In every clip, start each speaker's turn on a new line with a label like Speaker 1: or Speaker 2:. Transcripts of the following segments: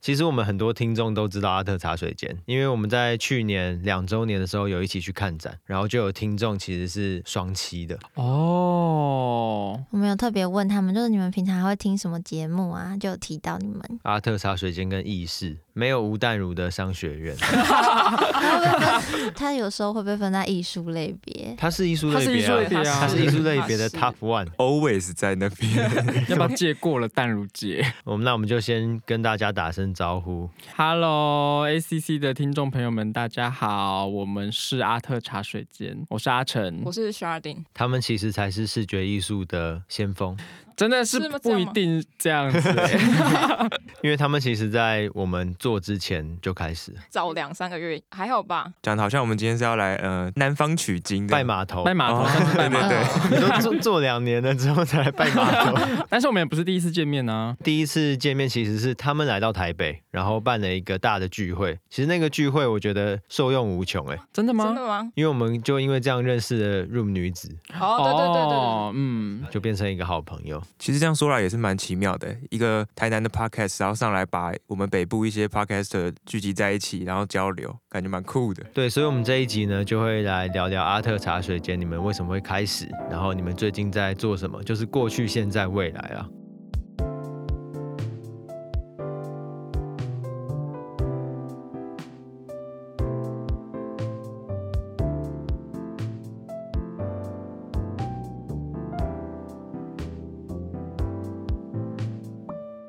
Speaker 1: 其实我们很多听众都知道阿特茶水间，因为我们在去年两周年的时候有一起去看展，然后就有听众其实是双栖的，
Speaker 2: 哦，
Speaker 3: 我们有特别问他们，就是你们平常还会听什么节目啊？就有提到你们，
Speaker 1: 阿特茶水间跟意识，没有吴淡如的商学院，
Speaker 3: 他会不会分？他有时候会被分在艺术类别。
Speaker 1: 它是艺术
Speaker 2: 它
Speaker 1: 类
Speaker 2: 是艺
Speaker 1: 别
Speaker 2: 术类
Speaker 1: 啊，
Speaker 2: 别啊，
Speaker 1: 它是艺术类别的
Speaker 4: 它是
Speaker 1: Top One。哦
Speaker 4: always 在那边。
Speaker 2: 要不要借过了淡如 姐
Speaker 1: 我们那我们就先跟大家打声招呼，
Speaker 2: ？Hello，ACC 的听众朋友们，大家好，我们是阿特茶水间，我是阿成
Speaker 5: 我，是 Sharding，
Speaker 1: 他们其实才是视觉艺术的先锋，
Speaker 2: 真的是
Speaker 5: 是吗
Speaker 2: 不一定这样 子、欸
Speaker 1: 因为他们其实在我们做之前就开始
Speaker 2: 啊
Speaker 5: 早两三个月还好吧？
Speaker 4: 讲的好像我们今天是要来呃南方取经的
Speaker 1: 拜码头，
Speaker 2: 拜码头
Speaker 4: 哦
Speaker 2: 算 是拜码
Speaker 4: 对对
Speaker 2: 头，
Speaker 1: 你说做做两年了之后才来拜码头。
Speaker 2: 但是我们也不是第一次见面啊。
Speaker 1: 第一次见面其实是他们来到台北，然后办了一个大的聚会。其实那个聚会我觉得受用无穷哎、
Speaker 2: 真的吗？
Speaker 5: 真的吗？
Speaker 1: 因为我们就因为这样认识了 Room 女子，
Speaker 5: 哦，对对对对对
Speaker 2: 哦，嗯，
Speaker 1: 就变成一个好朋友。
Speaker 4: 其实这样说来也是蛮奇妙的，一个台南的 podcast，然后上来把我们北部一些 podcaster 聚集在一起，然后交流，感觉蛮酷的。
Speaker 1: 对，所以我们这一集呢就会来聊聊阿特茶水间，你们为什么会开始，然后你们最近在做什么，就是过去、现在、未来啊。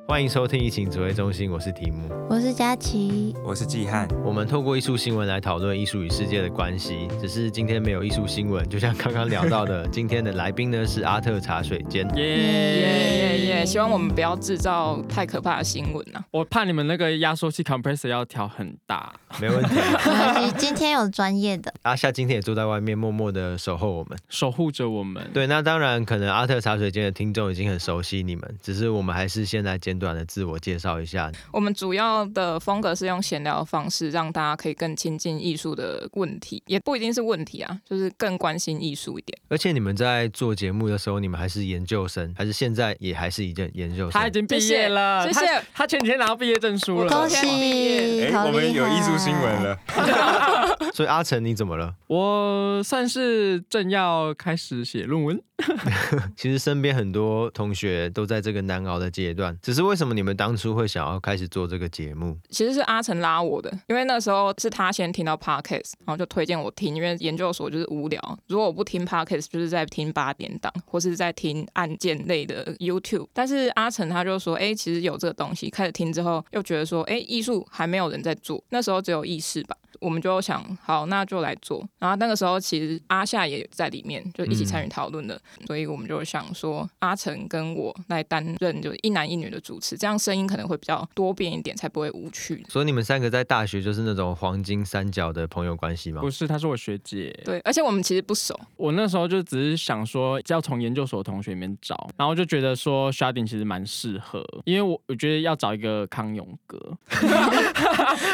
Speaker 1: 欢迎收听疫情指挥中心，我是提姆。
Speaker 3: 我是佳琪，
Speaker 4: 我是季汉，
Speaker 1: 我们透过艺术新闻来讨论艺术与世界的关系，只是今天没有艺术新闻，就像刚刚聊到的，今天的来宾呢是阿特茶水间。
Speaker 5: 对，
Speaker 2: 耶、
Speaker 5: 嗯耶耶耶！希望我们不要制造太可怕的新闻啊呐、
Speaker 2: 我怕你们那个压缩器 compressor 要调很大。
Speaker 1: 没问题。
Speaker 3: 没关系，今天有专 业的，
Speaker 1: 阿夏今天也坐在外面，默默的守候我们。
Speaker 2: 守护着我们。
Speaker 1: 对，那当然，可能阿特茶水间的听众已经很熟悉你们，只是我们还是先来简短的自我介绍一下。
Speaker 5: 我们主要的风格是用闲聊的方式，让大家可以更亲近艺术的问题，也不一定是问题啊，就是更关心艺术一点。
Speaker 1: 而且你们在做节目的时候，你们还是研究生，还是现在也还是一件研究生？
Speaker 2: 他已经毕业了，
Speaker 5: 谢谢
Speaker 2: 他他前几天拿到毕业证书
Speaker 5: 我
Speaker 2: 了
Speaker 3: 恭
Speaker 5: 昨。
Speaker 3: 喜
Speaker 5: 天毕业，
Speaker 2: 哎
Speaker 3: 好厉害
Speaker 4: 了。
Speaker 1: 所以阿成你怎么了？
Speaker 2: 我算是正要开始写论文，
Speaker 1: 其实身边很多同学都在这个难熬的阶段，只是为什么你们当初会想要开始做这个节目？
Speaker 5: 其实是阿成拉我的，因为那时候是他先听到 podcast，然后就推荐我听，因为研究所就是无聊，如果我不听 podcast，就是在听八点档或是在听案件类的 YouTube。但是阿成他就说，哎、其实有这个东西，开始听之后又觉得说，哎、艺术还没有人在做，那时候只有意识吧。我们就想，好，那就来做。然后那个时候，其实阿夏也在里面，就一起参与讨论的。所以我们就想说，阿成跟我来担任就一男一女的主持，这样声音可能会比较多变一点，才不会无趣。
Speaker 1: 所以你们三个在大学就是那种黄金三角的朋友关系吗
Speaker 2: 不？是，她是我学姐。
Speaker 5: 对，而且我们其实不熟，
Speaker 2: 我那时候就只是想说，要从研究所同学里面找，然后就觉得说 Sharding 其实蛮适合，因为我我觉得要找一个康永哥，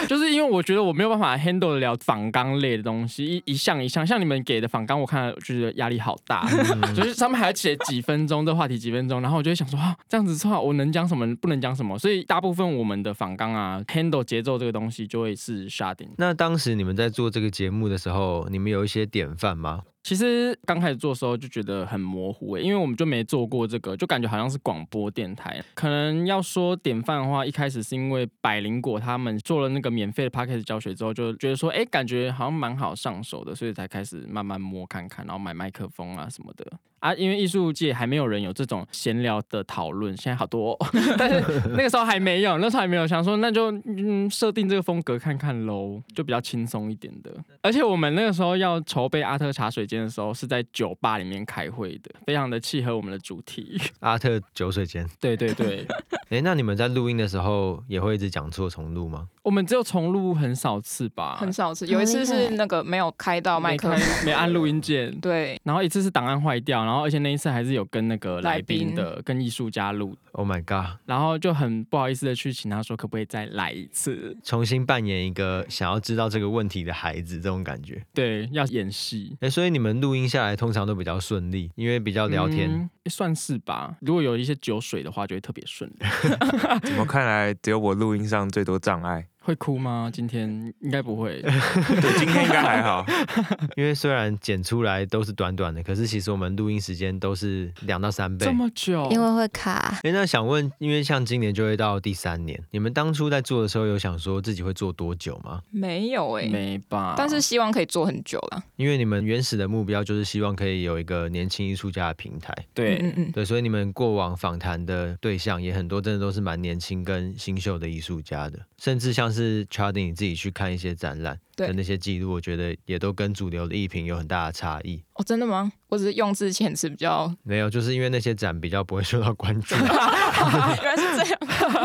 Speaker 2: 就是因为我觉得我没有办法 handle 得了仿纲类的东西，一一项一项，像你们给的仿纲，我看了觉得压力好大，就是他们还要写几分钟的话题，几分钟，然后我就会想说，啊，这样子的话，我能讲什么，不能讲什么，所以大部分我们的仿纲啊，handle 节奏这个东西就会是 Sharding。
Speaker 1: 那当时你们在做这个节目的时候，你们有一些典范吗？
Speaker 2: 其实刚开始做的时候就觉得很模糊欸诶、因为我们就没做过这个，就感觉好像是广播电台。可能要说典范的话，一开始是因为百灵果他们做了那个免费的 podcast 教学之后，就觉得说，哎、感觉好像蛮好上手的，所以才开始慢慢摸看看，然后买麦克风啊什么的。啊，因为艺术界还没有人有这种闲聊的讨论，现在好多、哦， 但是那个时候还没有，那时候还没有想说，那就嗯设定这个风格看看喽，就比较轻松一点的。而且我们那个时候要筹备阿特茶水间的时候，是在酒吧里面开会的，非常的契合我们的主题。
Speaker 1: 阿特酒水间。
Speaker 2: 对对对，
Speaker 1: 诶，那你们在录音的时候也会一直讲错重录吗？
Speaker 2: 我们只有重录很少次吧，
Speaker 5: 很少次。有一次是那个没有开到麦克
Speaker 2: 啊没
Speaker 5: 风，
Speaker 2: 开没按录音键。
Speaker 5: 对，
Speaker 2: 然后一次是档案坏掉，然后而且那一次还是有跟那个来宾的，跟艺术家录的，
Speaker 1: Oh my god！
Speaker 2: 然后就很不好意思的去请他说可不可以再来一次，
Speaker 1: 重新扮演一个想要知道这个问题的孩子，这种感觉。
Speaker 2: 对，要演戏。
Speaker 1: 哎，所以你们录音下来通常都比较顺利，因为比较聊天。
Speaker 2: 嗯算是吧。如果有一些酒水的话，就会特别顺利。
Speaker 4: 怎么看来只有我录音上最多障碍？
Speaker 2: 会哭吗？今天应该不会。
Speaker 4: 对，今天应该还好。
Speaker 1: 因为虽然剪出来都是短短的，可是其实我们录音时间都是两到三倍
Speaker 2: 这。么久，
Speaker 3: 因为会卡。
Speaker 1: 哎，那想问，因为像今年就会到第三年，你们当初在做的时候有想说自己会做多久吗？
Speaker 5: 没有哎、
Speaker 2: 没啊吧？
Speaker 5: 但是希望可以做很久了。
Speaker 1: 因为你们原始的目标就是希望可以有一个年轻艺术家的平台，
Speaker 2: 对，
Speaker 5: 嗯嗯嗯，
Speaker 1: 对，所以你们过往访谈的对象也很多，真的都是蛮年轻跟新秀的艺术家的，甚至像是 Charlie 你自己去看一些展览
Speaker 5: 对
Speaker 1: 的那些记录，我觉得也都跟主流的艺评有很大的差异。
Speaker 5: 哦，真的吗？我只是用字遣词比 较，
Speaker 1: 没有，就是因为那些展比较不会受到关注。啊
Speaker 5: 原来是这样。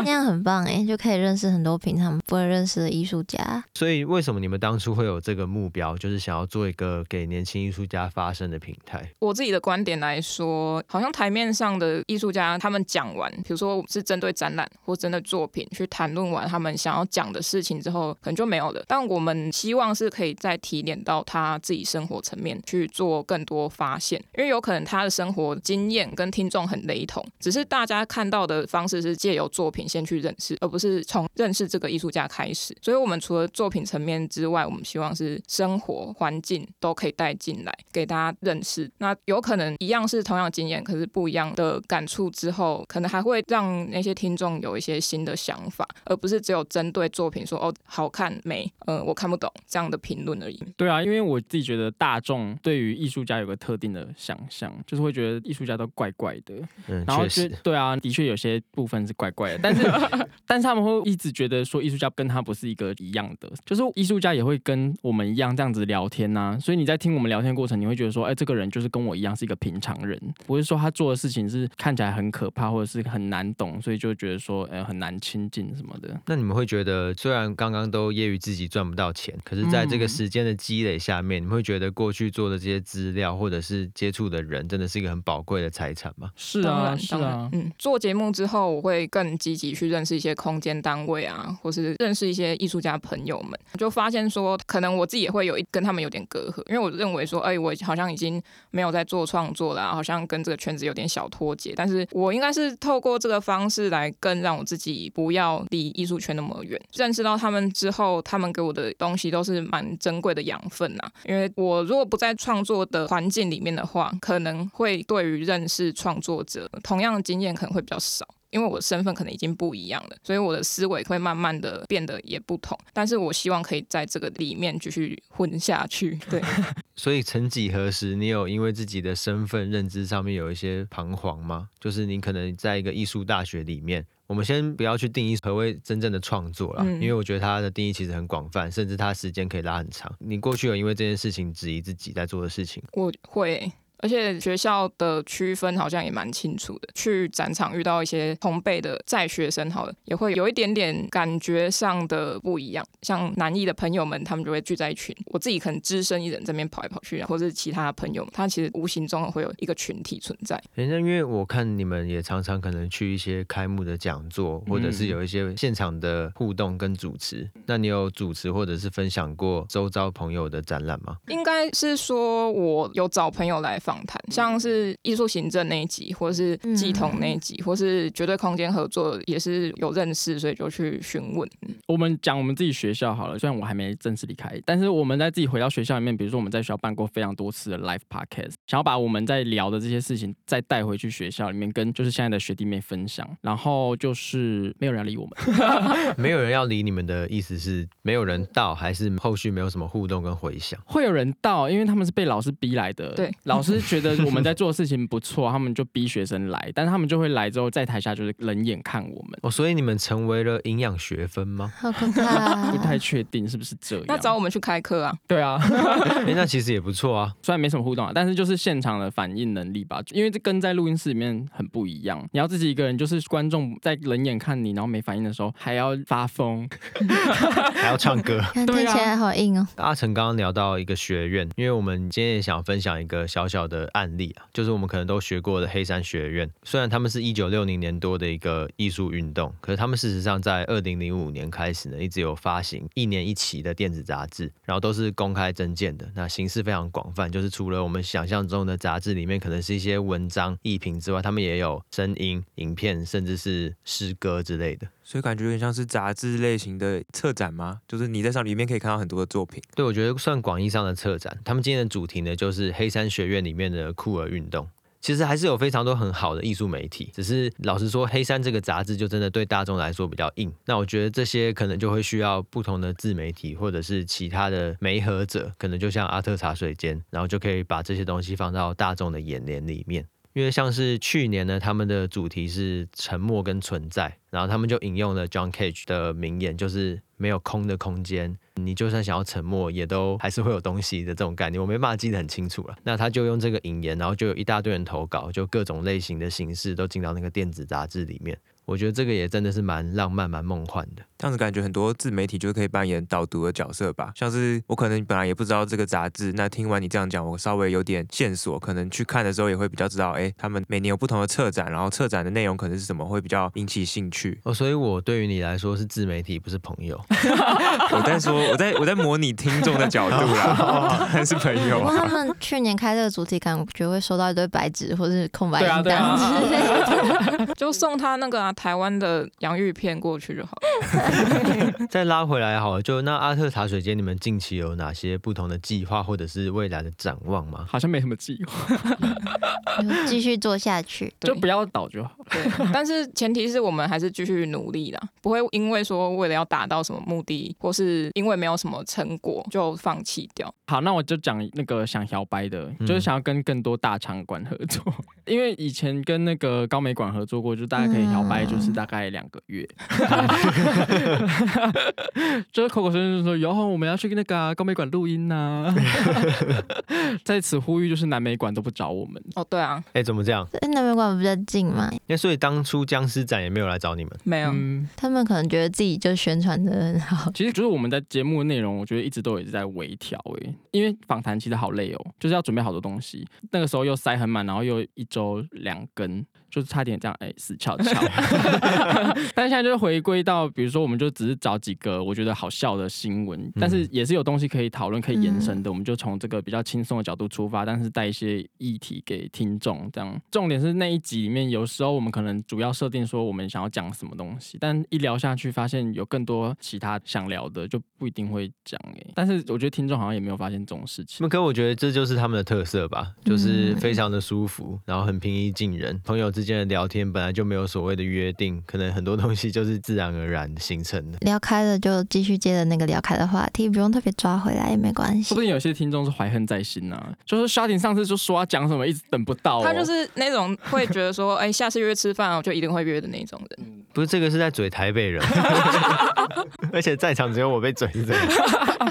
Speaker 3: 那样很棒哎，就可以认识很多平常不会认识的艺术家。？
Speaker 1: 所以为什么你们当初会有这个目标，就是想要做一个给年轻艺术家发声的平台？
Speaker 5: 我自己的观点来说，好像台面上的艺术家他们讲完，比如说是针对展览或针对作品去谈论完他们想要讲的事情之后，可能就没有了。但我们希望是可以再提点到他自己生活层面去做更多发现，因为有可能他的生活经验跟听众很雷同，只是大家看到的方式是借由作品先去认识，而不是从认识这个艺术家开始。所以，我们除了作品层面之外，我们希望是生活环境都可以带进来，给大家认识。那有可能一样是同样的经验，可是不一样的感触之后，可能还会让那些听众有一些新的想法，而不是只有针对作品说哦好看美，嗯、我看不懂这样的评论而已。
Speaker 2: 对啊，因为我自己觉得大众对于艺术家有个特定的想象，就是会觉得艺术家都怪怪的，
Speaker 1: 嗯，
Speaker 2: 然后
Speaker 1: 确
Speaker 2: 就
Speaker 1: 实，
Speaker 2: 对啊，的确有些部分是怪怪的，但是 但是他们会一直觉得说艺术家跟他不是一个一样的，就是艺术家也会跟我们一样这样子聊天呐、所以你在听我们聊天过程，你会觉得说，哎，这个人就是跟我一样是一个平常人，不是说他做的事情是看起来很可怕或者是很难懂，所以就觉得说，呃，很难亲近什么的。
Speaker 1: 那你们会觉得，虽然刚刚都业余自己赚不到钱，可是在这
Speaker 2: 嗯
Speaker 1: 个时间的积累下面，你们会觉得过去做的这些资料或者是接触的人，真的是一个很宝贵的财产吗？
Speaker 2: 是
Speaker 5: 当
Speaker 2: 啊，
Speaker 5: 然
Speaker 2: 是
Speaker 5: 当然
Speaker 2: 啊，，
Speaker 5: 嗯，做节目之后，我会更积极去认识一些空间单位啊，或是认识一些艺术家朋友们，就发现说，可能我自己也会有一跟他们有点隔阂，因为我认为说，哎、我好像已经没有在做创作啦、好像跟这个圈子有点小脱节，但是我应该是透过这个方式来更让我自己不要离艺术圈那么远。认识到他们之后，他们给我的东西都是蛮珍贵的养分啊，因为我如果不在创作的环境里面的话，可能会对于认识创作者同样的经验可能会比较少。因为我的身份可能已经不一样了，所以我的思维会慢慢的变得也不同。但是我希望可以在这个里面继续混下去。对，
Speaker 1: 所以曾几何时，你有因为自己的身份认知上面有一些彷徨吗？就是你可能在一个艺术大学里面，我们先不要去定义何谓真正的创作啦，
Speaker 5: 嗯
Speaker 1: 因为我觉得它的定义其实很广泛，甚至它时间可以拉很长。你过去有因为这件事情质疑自己在做的事情，
Speaker 5: 我会。而且学校的区分好像也蛮清楚的。去展场遇到一些同辈的在学生，好了，也会有一点点感觉上的不一样。像南艺的朋友们，他们就会聚在一群；我自己可能只身一人这边跑来跑去，啊或是其他朋友，他其实无形中会有一个群体存在。
Speaker 1: 人家因为我看你们也常常可能去一些开幕的讲座，或者是有一些现场的互动跟主持，那你有主持或者是分享过周遭朋友的展览吗？
Speaker 5: 应该是说，我有找朋友来访谈，像是艺术行政那一集，或是系统那一集，或是绝对空间合作，也是有认识，所以就去询问。
Speaker 2: 我们讲我们自己学校好了，虽然我还没正式离开，但是我们在自己回到学校里面，比如说我们在学校办过非常多次的 live podcast，想要把我们在聊的这些事情再带回去学校里面，跟就是现在的学弟妹分享。然后就是没有人理我们，
Speaker 1: 没有人要理你们的意思是没有人到，还是后续没有什么互动跟回响？
Speaker 2: 会有人到，因为他们是被老师逼来的。
Speaker 5: 对
Speaker 2: 老师觉得我们在做的事情不错，他们就逼学生来，但是他们就会来之后在台下就是冷眼看我们，
Speaker 1: 哦，所以你们成为了营养学分吗
Speaker 3: 好可 怕啊
Speaker 2: 不！太确定是不是这样。
Speaker 5: 那找我们去开课啊，
Speaker 2: 对啊。
Speaker 1: 哎，那其实也不错啊。
Speaker 2: 虽然没什么互动啊，但是就是现场的反应能力吧，因为这跟在录音室里面很不一样。你要自己一个人，就是观众在冷眼看你，然后没反应的时候还要发疯。
Speaker 1: 还要唱歌。
Speaker 3: 看听
Speaker 2: 对啊
Speaker 3: 起来好硬哦。
Speaker 1: 阿成刚刚聊到一个学院，因为我们今天也想分享一个小小到的案例啊，就是我们可能都学过的黑山学院，虽然他们是一九六零年多的一个艺术运动，可是他们事实上在二零零五年开始呢，一直有发行一年一期的电子杂志，然后都是公开征件的，那形式非常广泛，就是除了我们想象中的杂志里面可能是一些文章、艺评之外，他们也有声音、影片，甚至是诗歌之类的。
Speaker 4: 所以感觉有点像是杂志类型的策展吗？就是你在上里面可以看到很多的作品。
Speaker 1: 对，我觉得算广义上的策展。他们今天的主题呢，就是黑山学院里面的酷儿运动。其实还是有非常多很好的艺术媒体，只是老实说，黑山这个杂志就真的对大众来说比较硬。那我觉得这些可能就会需要不同的自媒体或者是其他的媒合者，可能就像阿特茶水间，然后就可以把这些东西放到大众的眼帘里面。因为像是去年呢，他们的主题是沉默跟存在，然后他们就引用了 John Cage 的名言，就是没有空的空间，你就算想要沉默，也都还是会有东西的这种概念。我没办法记得很清楚了。那他就用这个引言，然后就有一大堆人投稿，就各种类型的形式都进到那个电子杂志里面。我觉得这个也真的是蛮浪漫、蛮梦幻的。。
Speaker 4: 这样子感觉很多自媒体就可以扮演导读的角色吧，像是我可能本来也不知道这个杂志，那听完你这样讲，我稍微有点线索，可能去看的时候也会比较知道，哎、他们每年有不同的策展，然后策展的内容可能是什么，会比较引起兴趣
Speaker 1: 哦，所以我对于你来说是自媒体，不是朋友。
Speaker 4: 我在说，我在我在模拟听众的角度啦， 还是朋友
Speaker 3: 不过
Speaker 4: 啊、
Speaker 3: 他们去年开这个主题，感觉会收到一堆白纸或是空白
Speaker 2: 对啊
Speaker 3: 印
Speaker 2: 对啊
Speaker 3: 档之类 的。
Speaker 5: 就送他那个啊台湾的洋芋片过去就好。
Speaker 1: 再拉回来好了，就那阿特茶水间，你们近期有哪些不同的计划，或者是未来的展望吗？
Speaker 2: 好像没什么计划，
Speaker 3: 就继续做下去。
Speaker 5: 对
Speaker 2: 就不要倒就好。
Speaker 5: 对，但是前提是我们还是继续努力啦，不会因为说为了要达到什么目的，或是因为没有什么成果就放弃掉。
Speaker 2: 好，那我就讲那个想摇摆的，
Speaker 1: 嗯
Speaker 2: 就是想要跟更多大场馆合作， 因为以前跟那个高美馆合作过，就大概可以摇摆，就是大概两个月。 就是口口声声说，有我们要去那个啊、高美馆录音呐、 在此呼吁，就是南美馆都不找我们，
Speaker 5: 哦，对啊，
Speaker 1: 哎、怎么这样？
Speaker 3: 那美馆不比较近嘛，
Speaker 1: 那所以当初僵尸展也没有来找你们。
Speaker 5: 没有，
Speaker 2: 嗯，
Speaker 3: 他们可能觉得自己就宣传的很好。
Speaker 2: 其实就是我们在节目的内容，我觉得一直都有在微调诶，因为访谈其实好累哦，就是要准备好多东西，那个时候又塞很满，然后又一周两更，就是差点这样哎死翘翘。 但是现在就是回归到，比如说我们就只是找几个我觉得好笑的新闻，但是也是有东西可以讨论、可以延伸的，我们就从这个比较轻松的角度出发，但是带一些议题给听众。这样重点是那一集里面，有时候我们可能主要设定说我们想要讲什么东西，但一聊下去发现有更多其他想聊的，就不一定会讲哎、但是我觉得听众好像也没有发现这种事情。
Speaker 1: 那可我觉得这就是他们的特色吧，就是非常的舒服，然后很平易近人。朋友之间的聊天本来就没有所谓的约定，可能很多东西就是自然而然形成的。
Speaker 3: 聊开了就继续接着那个聊开的话题，不用特别抓回来也没关系
Speaker 2: 说不。定有些听众是怀恨在心呐、就是沙婷上次就说要讲什么，一直等不到、哦。
Speaker 5: 他就是那种会觉得说，哎、 下次约吃饭我就一定会约的那种人。
Speaker 1: 不是这个是在嘴台北人， 而且在场只有我被嘴是这样，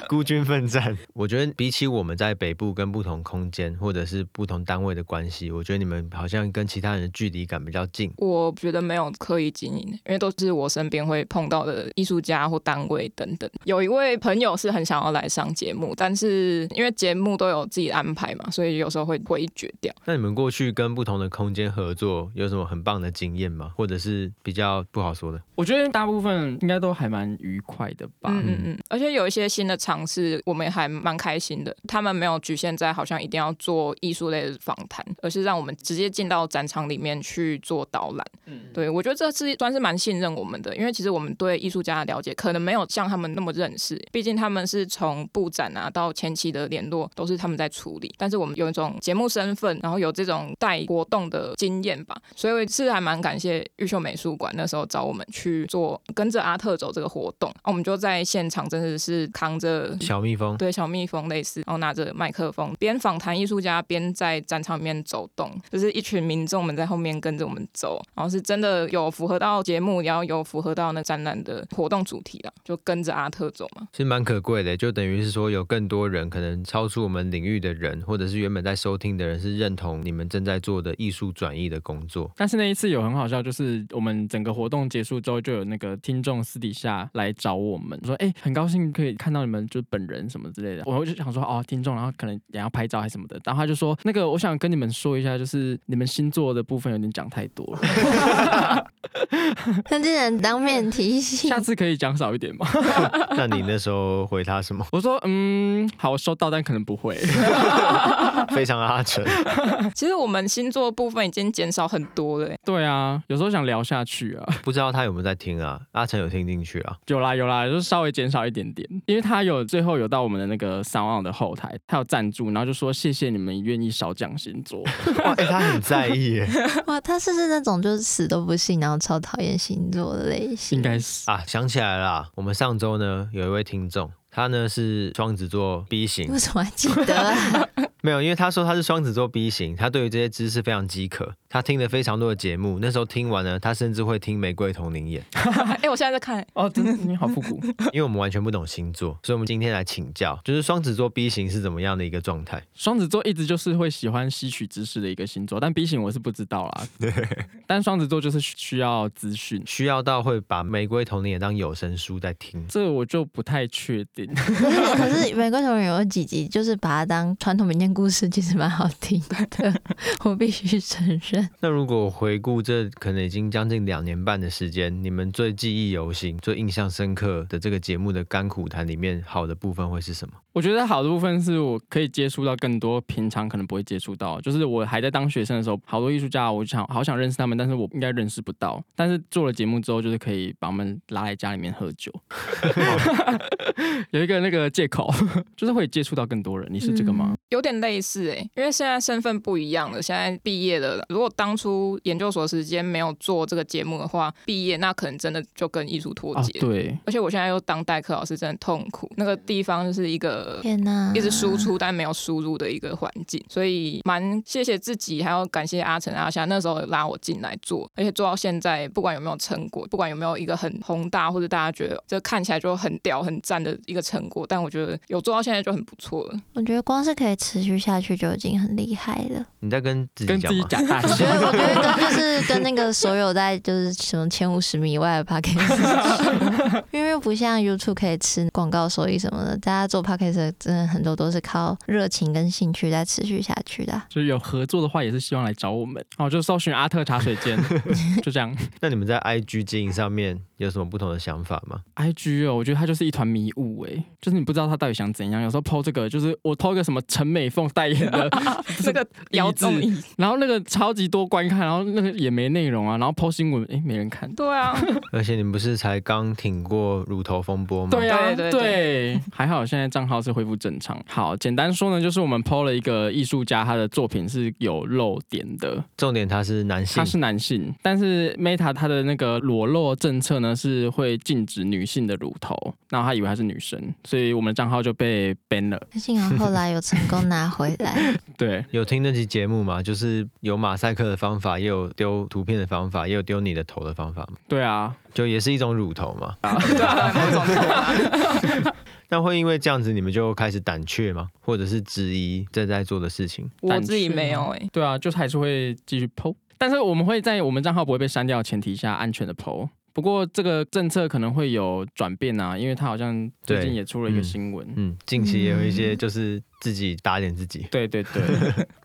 Speaker 1: 孤军奋战。我觉得比起我们在北部跟不同空间或者是不同单位的关系，我觉得你们好像跟其他人的距离感比较近。
Speaker 5: 我觉得没有刻意经营，因为都是我身边会碰到的艺术家或单位等等。有一位朋友是很想要来上节目，但是因为节目都有自己的安排嘛，所以有时候会回绝掉。
Speaker 1: 那你们过去跟不同的空间合作有什么很棒的经验吗？或者是比较不好说的？
Speaker 2: 我觉得大部分应该都还蛮愉快的吧。
Speaker 5: 嗯嗯嗯，而且有一些新的尝试，我们也还蛮开心的。他们没有局限在好像一定要做艺术类的访谈，而是让我们直接进到展场里面去做导览。对我觉得这是算是蛮信任我们的，因为其实我们对艺术家的了解可能没有像他们那么认识，毕竟他们是从布展啊到前期的联络都是他们在处理，但是我们有一种节目身份，然后有这种带活动的经验吧，所以是还蛮感谢玉秀美术馆那时候找我们去做跟着阿特走这个活动，啊、我们就在现场真的是扛着。
Speaker 1: 小蜜蜂，
Speaker 5: 对小蜜蜂类似，然后拿着麦克风，边访谈艺术家，边在展场里面走动，就是一群民众们在后面跟着我们走，然后是真的有符合到节目，然后有符合到那展览的活动主题啦，啊就跟着阿特走嘛。
Speaker 1: 其实蛮可贵的，就等于是说有更多人可能超出我们领域的人，或者是原本在收听的人是认同你们正在做的艺术转译的工作。
Speaker 2: 但是那一次有很好笑，就是我们整个活动结束之后，就有那个听众私底下来找我们说，哎、很高兴可以看到你们就是本人什么之类的。我就想说，哦，听众，然后可能也要拍照还是什么的。然后他就说，哦那个我想跟你们说一下，就是你们星座的部分有点讲太 多了，
Speaker 3: 那竟然当面 提醒
Speaker 2: 下，次可以讲少一点吗？
Speaker 1: 那你那时候回他什么？
Speaker 2: 我说，嗯，好，我收到，但可能不 会。
Speaker 1: 非常阿成，
Speaker 5: 其实我们星座部分已经减少很多了、欸，
Speaker 2: 对啊，有时候想聊下去啊。
Speaker 1: 不知道他有没有在听啊？阿成有听进去啊？
Speaker 2: 有啦有啦，就是稍微减少一点点，因为他有最后有到我们的那个三万的后台，他有赞助，然后就说谢谢你们愿意少讲星座，
Speaker 1: 哇，哎、他很在意耶
Speaker 3: 哇，他是不是那种就是死都不信，然后超讨厌星座的类型？
Speaker 2: 应该是
Speaker 1: 啊！想起来了啊，我们上周呢有一位听众，他呢是双子座 B 型
Speaker 3: 为，什么还记得啊？
Speaker 1: 没有，因为他说他是双子座 B 型，他对于这些知识非常饥渴，他听了非常多的节目。那时候听完呢，他甚至会听《玫瑰同龄眼》，
Speaker 5: 哎、我现在在看、
Speaker 2: 哦，真的你好复古，
Speaker 1: 因为我们完全不懂星座，所以我们今天来请教，就是双子座 B 型是怎么样的一个状态？
Speaker 2: 双子座一直就是会喜欢吸取知识的一个星座，但 B 型我是不知道啦，但双子座就是需要资讯，
Speaker 1: 需要到会把《玫瑰同龄眼》当有声书在听。
Speaker 2: 这我就不太确定，
Speaker 3: 可是可是美国同人有几集，就是把它当传统民间故事，其实蛮好听的，我必须承认。
Speaker 1: 那如果回顾这可能已经将近两年半的时间，你们最记忆犹新、最印象深刻的这个节目的甘苦谈里面，好的部分会是什么？
Speaker 2: 我觉得好的部分是我可以接触到更多平常可能不会接触到，就是我还在当学生的时候，好多艺术家我想好想认识他们，但是我应该认识不到，但是做了节目之后，就是可以把他们拉来家里面喝酒， 有一个那个借口， 就是会接触到更多人。你是这个吗？
Speaker 5: 有点类似哎、因为现在身份不一样了，现在毕业了。如果当初研究所时间没有做这个节目的话，毕业那可能真的就跟艺术脱
Speaker 2: 啊
Speaker 5: 节。，
Speaker 2: 对，
Speaker 5: 而且我现在又当代课老师，真的痛苦。那个地方就是一个啊
Speaker 3: 天哪，
Speaker 5: 一直输出但没呃有输入的一个环境，所以蛮谢谢自己，还要感谢阿成阿夏那时候拉我进来做，而且做到现在，不管有没有成果，不管有没有一个很宏大或者大家觉得这看起来就很屌很赞的一个成果，但我觉得有做到现在就很不错了。
Speaker 3: 我觉得光是可以持续下去就已经很厉害了。
Speaker 1: 你在跟自己
Speaker 2: 跟
Speaker 1: 讲
Speaker 2: 自己
Speaker 1: 吗？
Speaker 2: 讲 大
Speaker 3: 我觉
Speaker 2: 气。
Speaker 3: 得，我觉得跟就是跟那个所有在就是什么前五十米以外 的 podcast，因为不像 YouTube 可以吃广告收益什么的，大家做 podcast 真的很多都是靠热情跟兴趣在持续下去的啊。
Speaker 2: 所以有合作的话，也是希望来找我们。哦，就搜寻阿特茶水 间，就这样。
Speaker 1: 那你们在 IG 经营上面有什么不同的想法吗？
Speaker 2: I G 哦，我觉得它就是一团迷雾哎，就是你不知道他到底想怎样。有时候 PO 这个，就是我 PO 一个什么陈美凤代言 的
Speaker 5: 这个摇
Speaker 2: 摇
Speaker 5: 动
Speaker 2: 动
Speaker 5: 椅，
Speaker 2: 然后那个超级多观看，然后那个也没内容啊，然后 PO 新闻，哎，没人
Speaker 1: 嗯
Speaker 2: 看。
Speaker 5: 对啊，
Speaker 1: 而且你们不是才刚挺过乳头风波吗？
Speaker 2: 对啊，
Speaker 5: 对对
Speaker 2: 对，还好现在账号是恢复正常。好，简单说呢，就是我们 PO 了一个艺术家，他的作品是有露点的，
Speaker 1: 重点他是男性
Speaker 2: 他，是男性，但是 Meta 它的那个裸露政策呢是会禁止女性的乳头，然后他以为她是女生，所以我们的账号就被 ban 了。
Speaker 3: 幸好后来有成功拿回来，
Speaker 2: 对，
Speaker 1: 有听那期节目吗？就是有马赛克的方法，也有丢图片的方法，也有丢你的头的方法嘛，
Speaker 2: 对啊，
Speaker 1: 就也是一种乳头嘛。
Speaker 5: 对啊，某种程度
Speaker 1: 那会因为这样子，你们就开始胆怯吗？或者是质疑正在做的事情？
Speaker 5: 我自己没有哎、
Speaker 2: 对啊，就是还是会继续 PO，但是我们会在我们账号不会被删掉的前提下安全的 PO。不过这个政策可能会有转变啊，因为它好像最近
Speaker 1: 对
Speaker 2: 也出了一个
Speaker 1: 嗯
Speaker 2: 新闻。
Speaker 1: 嗯，近期也有一些就是自己打脸自己，
Speaker 2: 对对对，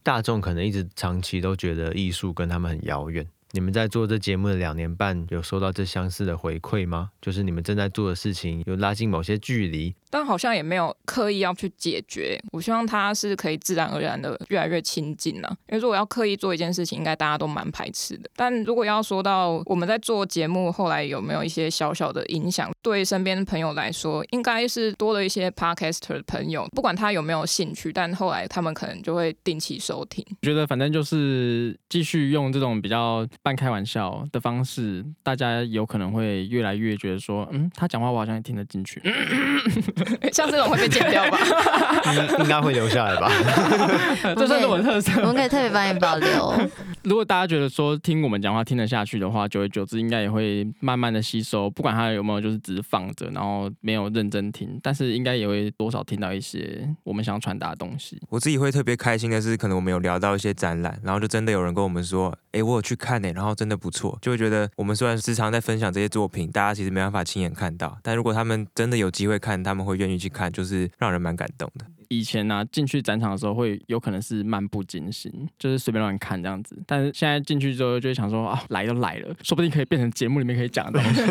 Speaker 1: 大众可能一直长期都觉得艺术跟他们很遥远。你们在做这节目的两年半，有收到这相似的回馈吗？就是你们正在做的事情有拉近某些距离，
Speaker 5: 但好像也没有刻意要去解决。我希望它是可以自然而然的越来越亲近了、啊因为如果要刻意做一件事情，应该大家都蛮排斥的。但如果要说到我们在做节目后来有没有一些小小的影响，对身边的朋友来说，应该是多了一些 podcaster 的朋友，不管他有没有兴趣，但后来他们可能就会定期收听。
Speaker 2: 觉得反正就是继续用这种比较半开玩笑的方式，大家有可能会越来越觉得说，嗯，他讲话我好像也听得进去。
Speaker 5: 像这种会被剪掉吧？
Speaker 1: 应应该会留下来吧？
Speaker 2: 这
Speaker 3: 我们可
Speaker 2: 算
Speaker 3: 以
Speaker 2: 是我的特
Speaker 3: 我
Speaker 2: 色。
Speaker 3: 们可以特别帮你保留。
Speaker 2: 如果大家觉得说听我们讲话听得下去的话，久而久之应该也会慢慢的吸收，不管他有没有就是只是放着，然后没有认真听，但是应该也会多少听到一些我们想要传达的东西。
Speaker 4: 我自己会特别开心的是，可能我们有聊到一些展览，然后就真的有人跟我们说，诶，我有去看呢、然后真的不错，就会觉得我们虽然时常在分享这些作品，大家其实没办法亲眼看到，但如果他们真的有机会看，他们会愿意去看，就是让人蛮感动的。
Speaker 2: 以前呢、进去展场的时候会有可能是漫不经心，就是随便乱看这样子，但是现在进去之后就会想说啊，来都来了，说不定可以变成节目里面可以讲的东 西，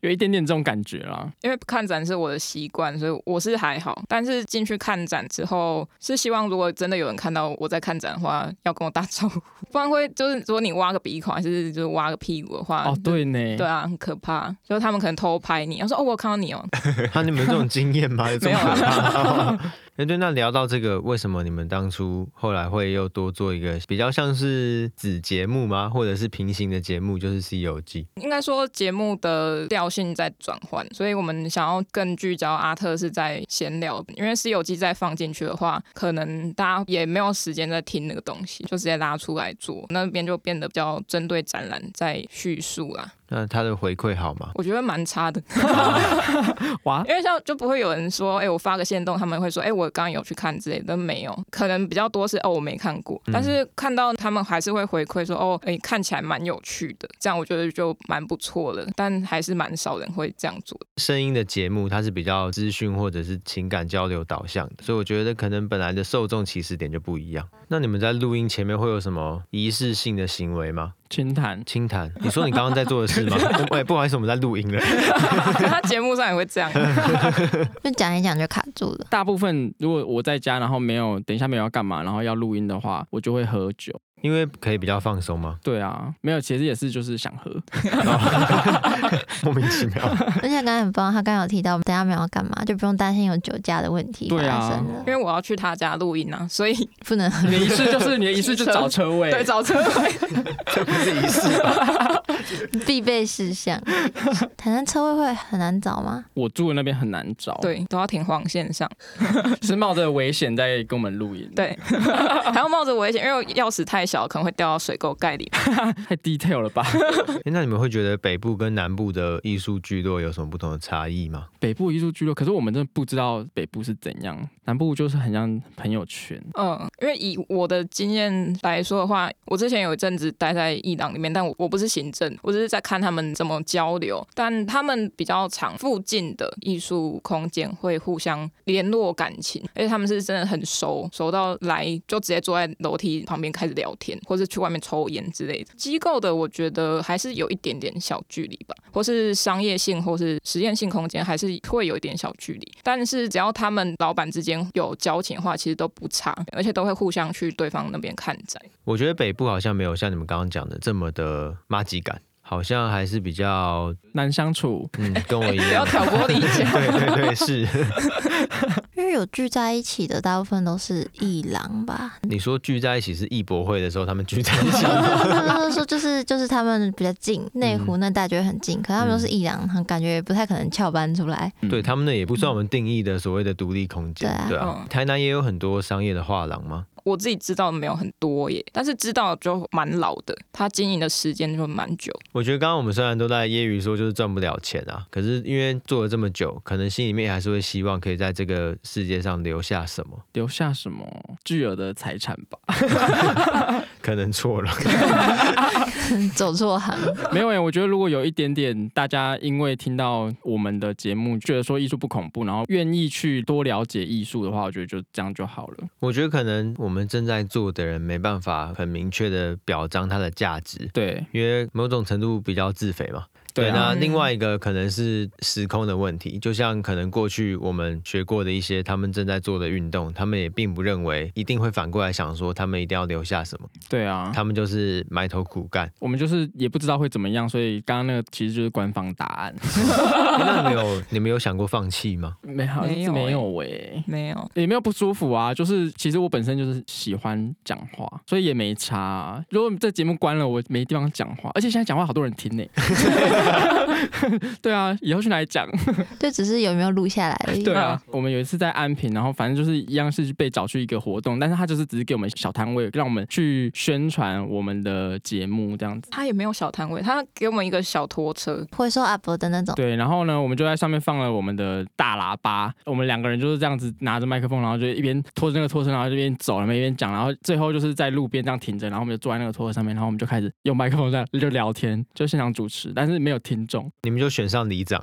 Speaker 2: 有一点点这种感觉啦。
Speaker 5: 因为看展是我的习惯，所以我是还好。但是进去看展之后，是希望如果真的有人看到我在看展的话，要跟我打招呼， 不然会就是如果你挖个鼻孔还是就是挖个屁股的话，
Speaker 2: 哦，对呢，
Speaker 5: 对啊，很可怕。就是他们可能偷拍你，他说哦，我有看到你哦，
Speaker 1: 那、啊你们有这种经验吗？有这么
Speaker 5: 没有
Speaker 1: 可怕 吗？哎，对，那聊到这个，为什么你们当初后来会又多做一个比较像是子节目吗？或者是平行的节目，就是《西游记》？
Speaker 5: 应该说节目的调性在转换，所以我们想要更聚焦阿特是在闲聊，因为《西游记》再放进去的话，可能大家也没有时间在听那个东西，就直接拉出来做，那边就变得比较针对展览在叙述啦。
Speaker 1: 那他的回馈好吗？
Speaker 5: 我觉得蛮差的，
Speaker 2: 哇，
Speaker 5: 因为像就不会有人说，哎、我发个线动，他们会说，哎、我刚刚有去看之类的，但没有，可能比较多是哦，我没看过，但是看到他们还是会回馈说，哦，哎、看起来蛮有趣的，这样我觉得就蛮不错了，但还是蛮少人会这样做的。
Speaker 1: 声音的节目它是比较资讯或者是情感交流导向的，所以我觉得可能本来的受众起始点就不一样。那你们在录音前面会有什么仪式性的行为吗？
Speaker 2: 清谈。
Speaker 1: 清谈，你说你刚刚在做的事吗？我哎、不好意思，我们在录音了。
Speaker 5: 他节目上也会这样，
Speaker 3: 就讲一讲就卡住了。
Speaker 2: 大部分如果我在家，然后没有等一下没有要干嘛，然后要录音的话，我就会喝酒。
Speaker 1: 因为可以比较放松吗？
Speaker 2: 对啊，没有，其实也是就是想喝。
Speaker 1: 莫名其妙。
Speaker 3: 而且刚才很棒，他刚刚有提到，等一下没有要干嘛，就不用担心有酒驾的问题发
Speaker 2: 对啊
Speaker 3: 生了，
Speaker 5: 因为我要去他家录音啊，所以
Speaker 3: 不能
Speaker 2: 你的仪式就是你的仪式就找车位，
Speaker 5: 对找车位。
Speaker 3: 必备 事项。台南车位会很难找吗？
Speaker 2: 我住的那边很难找，，
Speaker 5: 对，都要停黄线上，
Speaker 2: 是冒着危险在跟我们录音，，
Speaker 5: 对， 还要冒着危险，因为钥匙太小，可能会掉到水沟盖里。
Speaker 2: 太 detail 了吧？
Speaker 1: 哎那你们会觉得北部跟南部的艺术聚落有什么不同的差异吗？
Speaker 2: 北部艺术聚落，可是我们真的不知道北部是怎样，南部就是很像朋友圈，
Speaker 5: 嗯，因为以我的经验来说的话，我之前有一阵子待在伊朗里面，但我我不是行政，我只是在看他们怎么交流。但他们比较常附近的艺术空间会互相联络感情，而且他们是真的很熟，熟到来就直接坐在楼梯旁边开始聊天，或是去外面抽烟之类的。机构的我觉得还是有一点点小距离吧，或是商业性或是实验性空间还是会有一点小距离，但是只要他们老板之间有交情的话，其实都不差，而且都会互相去对方那边看展。
Speaker 1: 我觉得北部好像没有像你们刚刚讲的这么的妈吉感，好像还是比较
Speaker 2: 难相处。
Speaker 1: 嗯，跟我一
Speaker 5: 不要
Speaker 1: 样。
Speaker 5: 挑拨离间，
Speaker 1: 对对对，是。。
Speaker 3: 因为有聚在一起的，大部分都是艺廊吧
Speaker 1: 你说聚在一起是艺博会的时候，他们聚在一起
Speaker 3: 不。是不是说就是就是他们比较近，内湖
Speaker 2: 嗯
Speaker 3: 那大觉得很近，可他们都是艺廊，感觉也不太可能翘班出来。
Speaker 2: 嗯
Speaker 1: 对他们那也不算我们定义的所谓的独立空间，
Speaker 3: 对啊
Speaker 1: 对啊。
Speaker 5: 嗯
Speaker 1: 台南也有很多商业的画廊吗？
Speaker 5: 我自己知道的没有很多耶，但是知道就蛮老的，他经营的时间就蛮久。
Speaker 1: 我觉得刚刚我们虽然都在揶揄说就是赚不了钱啊，可是因为做了这么久，可能心里面还是会希望可以在这个世界上留下什么。
Speaker 2: 留下什么巨额的财产吧？
Speaker 1: 可能错了，
Speaker 3: 走错行，
Speaker 2: 没有诶、我觉得如果有一点点大家因为听到我们的节目，觉得说艺术不恐怖，然后愿意去多了解艺术的话，我觉得就这样就好了。
Speaker 1: 我觉得可能我们正在做的人没办法很明确的表彰它的价值，
Speaker 2: 对
Speaker 1: 因为某种程度比较自肥嘛。对，
Speaker 2: 对啊，
Speaker 1: 那
Speaker 5: 嗯
Speaker 1: 另外一个可能是时空的问题，就像可能过去我们学过的一些他们正在做的运动，他们也并不认为一定会反过来想说他们一定要留下什么，
Speaker 2: 对啊，
Speaker 1: 他们就是埋头苦干。
Speaker 2: 我们就是也不知道会怎么样，所以刚刚那个其实就是官方答案。
Speaker 1: 那你们有你们有想过放弃吗？
Speaker 2: 没有，
Speaker 5: 没有
Speaker 2: 没
Speaker 5: 欸
Speaker 2: 有喂、
Speaker 5: 没有，
Speaker 2: 也没有不舒服啊，就是其实我本身就是喜欢讲话，所以也没差啊、如果这节目关了，我没地方讲话，而且现在讲话好多人听呢、 对啊，以后去哪里讲？
Speaker 3: 就只是有没有录下来而已。
Speaker 2: 对啊
Speaker 5: 啊，
Speaker 2: 我们有一次在安平，然后反正就是一样是被找去一个活动，但是他就是只是给我们小摊位，让我们去宣传我们的节目这样子。
Speaker 5: 他也没有小摊位，他给我们一个小拖车，
Speaker 3: 会说阿伯的那种，
Speaker 2: 对，然后呢，我们就在上面放了我们的大喇叭，我们两个人就是这样子拿着麦克风，然后就一边拖着那个拖车，然后这边走，然后一边讲，然后最后就是在路边这样停着，然后我们就坐在那个拖车上面，然后我们就开始用麦克风在就聊天，就现场主持，但是没有听众。
Speaker 1: 你们就选上里长。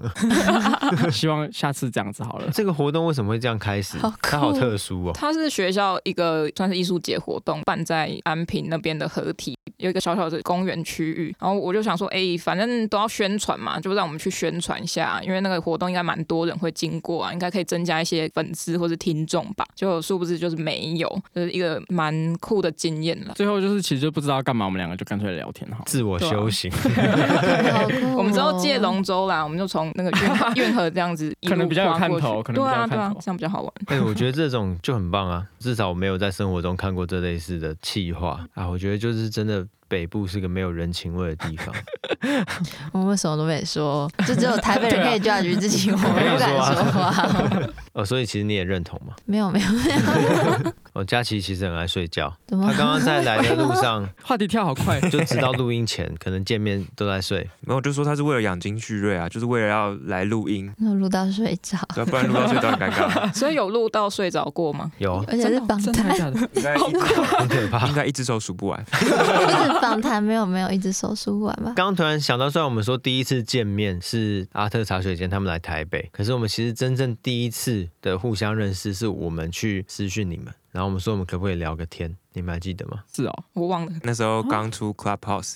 Speaker 2: 希望下次这样子好了。
Speaker 1: 这个活动为什么会这样开始
Speaker 3: 好酷？
Speaker 1: 它好特殊 哦。
Speaker 5: 它是学校一个算是艺术节活动，办在安平那边的合体，有一个小小的公园区域。然后我就想说，哎、反正都要宣传嘛，就让我们去宣传一下，因为那个活动应该蛮多人会经过啊，应该可以增加一些粉丝或是听众吧。就殊不知就是没有，就是一个蛮酷的经验了。
Speaker 2: 最后就是其实就不知道干嘛，我们两个就干脆聊天好了。
Speaker 1: 自我
Speaker 3: 啊
Speaker 1: 修行，
Speaker 3: 好酷哦
Speaker 5: 我们之后借龙舟啦，我们就从那个运运河这 样子一路
Speaker 2: 可能比较有
Speaker 5: 跨
Speaker 2: 看
Speaker 5: 过
Speaker 2: 头
Speaker 5: 去
Speaker 2: 可能比
Speaker 5: 对
Speaker 2: 较有
Speaker 5: 啊
Speaker 2: 看
Speaker 5: 对啊
Speaker 2: 头，
Speaker 5: 这样比较好玩。
Speaker 1: 哎、我觉得这种就很棒啊！至少我没有在生活中看过这类似的气话啊。我觉得就是真的，北部是个没有人情味的地方。
Speaker 3: 我们什么都没说，就只有台北人
Speaker 2: 对啊
Speaker 3: 可以 judge 自己，我们
Speaker 1: 没有
Speaker 3: 不敢
Speaker 1: 说啊
Speaker 3: 说话。
Speaker 1: 哦，所以其实你也认同嘛？
Speaker 3: 没有没有没有，
Speaker 1: 哦，佳琪其实很爱睡觉，
Speaker 3: 怎
Speaker 1: 她
Speaker 3: 么？
Speaker 1: 刚刚在来的路上，
Speaker 2: 话题跳好快，
Speaker 1: 就直到录音前，可能见面都在睡。
Speaker 4: 然后我就说他是为了养精蓄锐啊，就是为了要来录音，
Speaker 3: 那录到睡着，
Speaker 4: 对啊不然录到睡着很尴 尬。
Speaker 5: 所以有录到睡着过吗？
Speaker 1: 有，
Speaker 3: 而且是访
Speaker 2: 真的哦
Speaker 3: 谈，
Speaker 2: 假的？
Speaker 4: 应该一
Speaker 1: 很可怕。
Speaker 4: 应该一只手数不完。
Speaker 3: 不是访谈，没有没有，一直手术完吧。
Speaker 1: 刚刚突然想到，虽然我们说第一次见面是阿特茶水间他们来台北，可是我们其实真正第一次的互相认识是我们去私讯你们，然后我们说我们可不可以聊个天，你们还记得吗？
Speaker 2: 是哦，
Speaker 5: 我忘了。
Speaker 4: 那时
Speaker 1: 啊
Speaker 4: 候刚出 Clubhouse，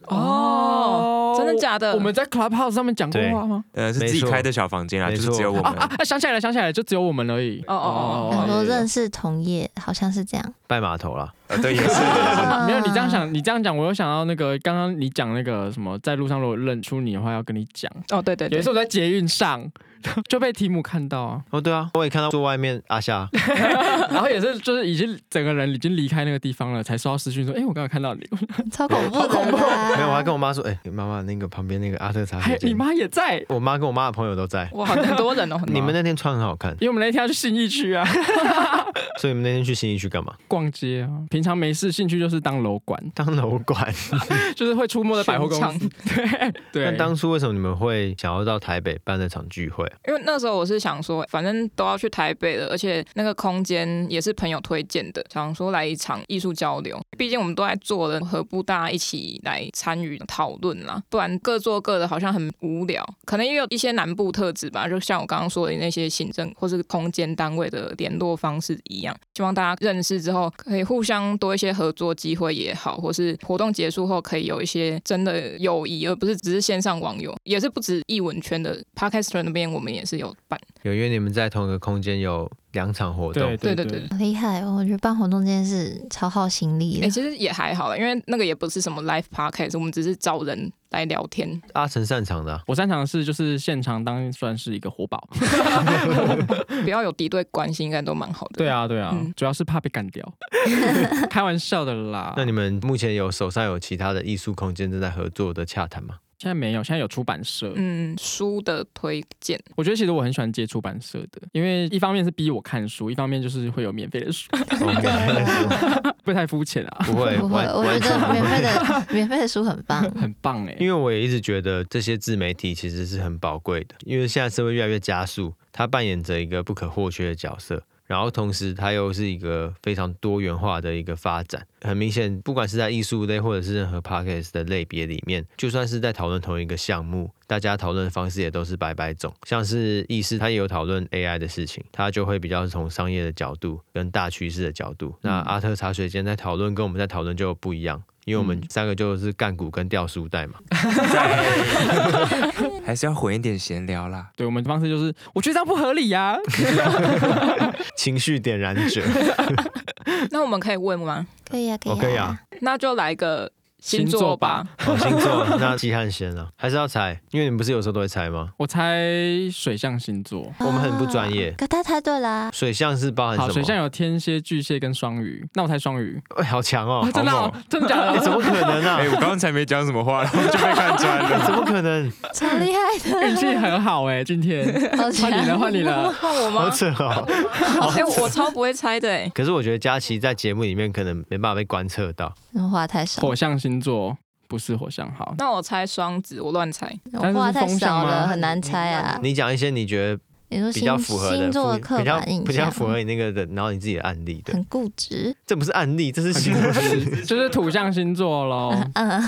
Speaker 5: 哦真的假的？
Speaker 2: 我们在 Clubhouse 上面讲过话吗？
Speaker 4: 呃，是自
Speaker 1: 没
Speaker 4: 己
Speaker 1: 错
Speaker 4: 开的小房间啊，
Speaker 1: 没
Speaker 4: 就是
Speaker 1: 错
Speaker 4: 只有我
Speaker 2: 啊
Speaker 4: 们。
Speaker 2: 啊啊！想起来了，想起来了，就只有我们而已。
Speaker 5: 哦哦哦
Speaker 3: 很
Speaker 5: 哦
Speaker 3: 多
Speaker 2: 有有有
Speaker 3: 认识同业，好像是这样。
Speaker 1: 拜码头啦，
Speaker 4: 呃对，也是。
Speaker 2: 啊
Speaker 3: 啊
Speaker 2: 没有，你这样想，你这样讲，我又想到那个刚刚你讲那个什么，在路上如果认出你的话，要跟你讲。
Speaker 5: 哦，对对
Speaker 2: 有
Speaker 5: 对
Speaker 2: 一次，我在捷运上 就被提姆看到 啊，
Speaker 1: 哦对啊，我也看到坐外面阿 夏，
Speaker 2: 然后也是就是已经整个人已经离开那个地方了，才收到私讯说，哎，我刚刚看到你，
Speaker 3: 超恐怖的
Speaker 1: 没有，我还
Speaker 3: 啦！
Speaker 1: 跟我妈说，哎、妈妈那个旁边那个阿特茶水
Speaker 2: 还有你
Speaker 1: 间，
Speaker 2: 妈也在。
Speaker 1: 我妈跟我妈的朋友都在。
Speaker 5: 哇，很多人哦，很多人
Speaker 1: 你们那天穿很好看，
Speaker 2: 因为我们那天要去信义区啊，
Speaker 1: 所以你们那天去新义区干嘛？
Speaker 2: 逛街啊，平常没事，兴趣就是当楼管，
Speaker 1: 当楼管。
Speaker 2: 就是会出没在百货公司。
Speaker 5: 全场
Speaker 2: 对，
Speaker 1: 那当初为什么你们会想要到台北办那场聚会？
Speaker 5: 因为那时候我是想说，反正都要去台北了，而且那个空间也是朋友推荐的，想说来一场艺术交流。毕竟我们都在做了，何不大家一起来参与讨论啦？不然各做各的，好像很无聊。可能也有一些南部特质吧，就像我刚刚说的那些行政或是空间单位的联络方式一样。希望大家认识之后，可以互相多一些合作机会也好，或是活动结束后可以有一些真的友谊，而不是只是线上网友，也是不止艺文圈的 podcaster 那边，我们也是有办。
Speaker 1: 有因为你们在同一个空间有两场活动
Speaker 2: 对，对
Speaker 5: 对对
Speaker 2: 对
Speaker 5: 对
Speaker 3: 好厉害哦！我觉得办活动这件事超耗心力
Speaker 5: 哎、
Speaker 3: 的。
Speaker 5: 其实也还好啦，因为那个也不是什么 live podcast，我们只是找人来聊天。
Speaker 1: 阿成擅长的啊、
Speaker 2: 我擅长的是就是现场当算是一个活宝。
Speaker 5: 不要有敌对关系，应该都蛮好的。
Speaker 2: 对，啊，对啊，
Speaker 5: 嗯
Speaker 2: 主要是怕被干 掉，开玩笑的啦。
Speaker 1: 那你们目前有手上有其他的艺术空间正在合作的洽谈 吗？
Speaker 2: 现在没有，现在有出版社。
Speaker 5: 嗯，书的推荐，
Speaker 2: 我觉得其实我很喜欢接出版社的，因为一方面是逼我看书，一方面就是会有免费的书， 不会太肤浅啊，
Speaker 1: 哦不会，
Speaker 3: 不会，
Speaker 1: 完
Speaker 3: 我觉
Speaker 1: 完全
Speaker 3: 得
Speaker 1: 不
Speaker 3: 免
Speaker 1: 会
Speaker 3: 费 的免费的书很棒。
Speaker 2: 很棒哎、
Speaker 1: 因为我也一直觉得这些自媒体其实是很宝贵的，因为现在社会越来越加速，它扮演着一个不可或缺的角色。然后同时，它又是一个非常多元化的一个发展。很明显，不管是在艺术类或者是任何 podcast 的类别里面，就算是在讨论同一个项目，大家讨论的方式也都是百百种。像是意识，它也有讨论 AI 的事情，它就会比较是从商业的角度跟大趋势的角度。那阿特茶水间在讨论跟我们在讨论就不一样，因为我们
Speaker 2: 嗯
Speaker 1: 三个就是干股跟掉书袋嘛。
Speaker 4: 还是要混一点闲聊啦。
Speaker 2: 对我们的方式就是，我觉得这样不合理啊呀、
Speaker 1: 情绪点 燃者，
Speaker 3: 啊
Speaker 5: 那我们可以问吗？
Speaker 3: 可以啊，可以。
Speaker 1: 我可以啊。
Speaker 5: 那就来个星座吧，
Speaker 1: 好星座，那季汉先啊，还是要猜，因为你们不是有时候都会猜吗？
Speaker 2: 我猜水象星座。
Speaker 1: 我们很不专业
Speaker 3: 啊可他猜对啦，
Speaker 1: 水象是包含什
Speaker 2: 好，
Speaker 1: 么？
Speaker 2: 水象有天蝎、巨蟹跟双鱼，那我猜双 鱼。
Speaker 1: 哎、好强哦、
Speaker 2: 真的哦、真的假
Speaker 1: 哎怎
Speaker 2: 的？
Speaker 1: 么可能 啊？
Speaker 4: 哎、我刚才没讲什么话，然后就被看穿
Speaker 1: 哎
Speaker 4: 了。
Speaker 1: 怎么可能？
Speaker 3: 超厉害
Speaker 2: 运气很好哎、今天
Speaker 3: 的，好啊
Speaker 2: 换你了，
Speaker 3: 强！
Speaker 2: 换你了。
Speaker 5: 换我
Speaker 1: 好
Speaker 5: 吗？
Speaker 1: 扯哦、
Speaker 5: 哎、我超不会猜的哎、
Speaker 1: 可是我觉得佳琪在节目里面可能没办法被观测到，
Speaker 3: 嗯话太少，
Speaker 2: 火象星座不是火象， 好，
Speaker 5: 那我猜双子，我乱猜。
Speaker 2: 但是
Speaker 3: 话太
Speaker 2: 风
Speaker 3: 少
Speaker 2: 向吗
Speaker 3: 了，很难猜啊。
Speaker 1: 你讲一些你觉得
Speaker 3: 你说
Speaker 1: 比较
Speaker 3: 星
Speaker 1: 符合的，
Speaker 3: 星座的
Speaker 1: 比
Speaker 3: 刻
Speaker 1: 比较
Speaker 3: 板印象，
Speaker 1: 比较符合你那个的，然后你自己的案例的，
Speaker 3: 很固执。
Speaker 1: 这不是案例，这是形容词。
Speaker 2: 就是土象星座喽，
Speaker 3: 嗯，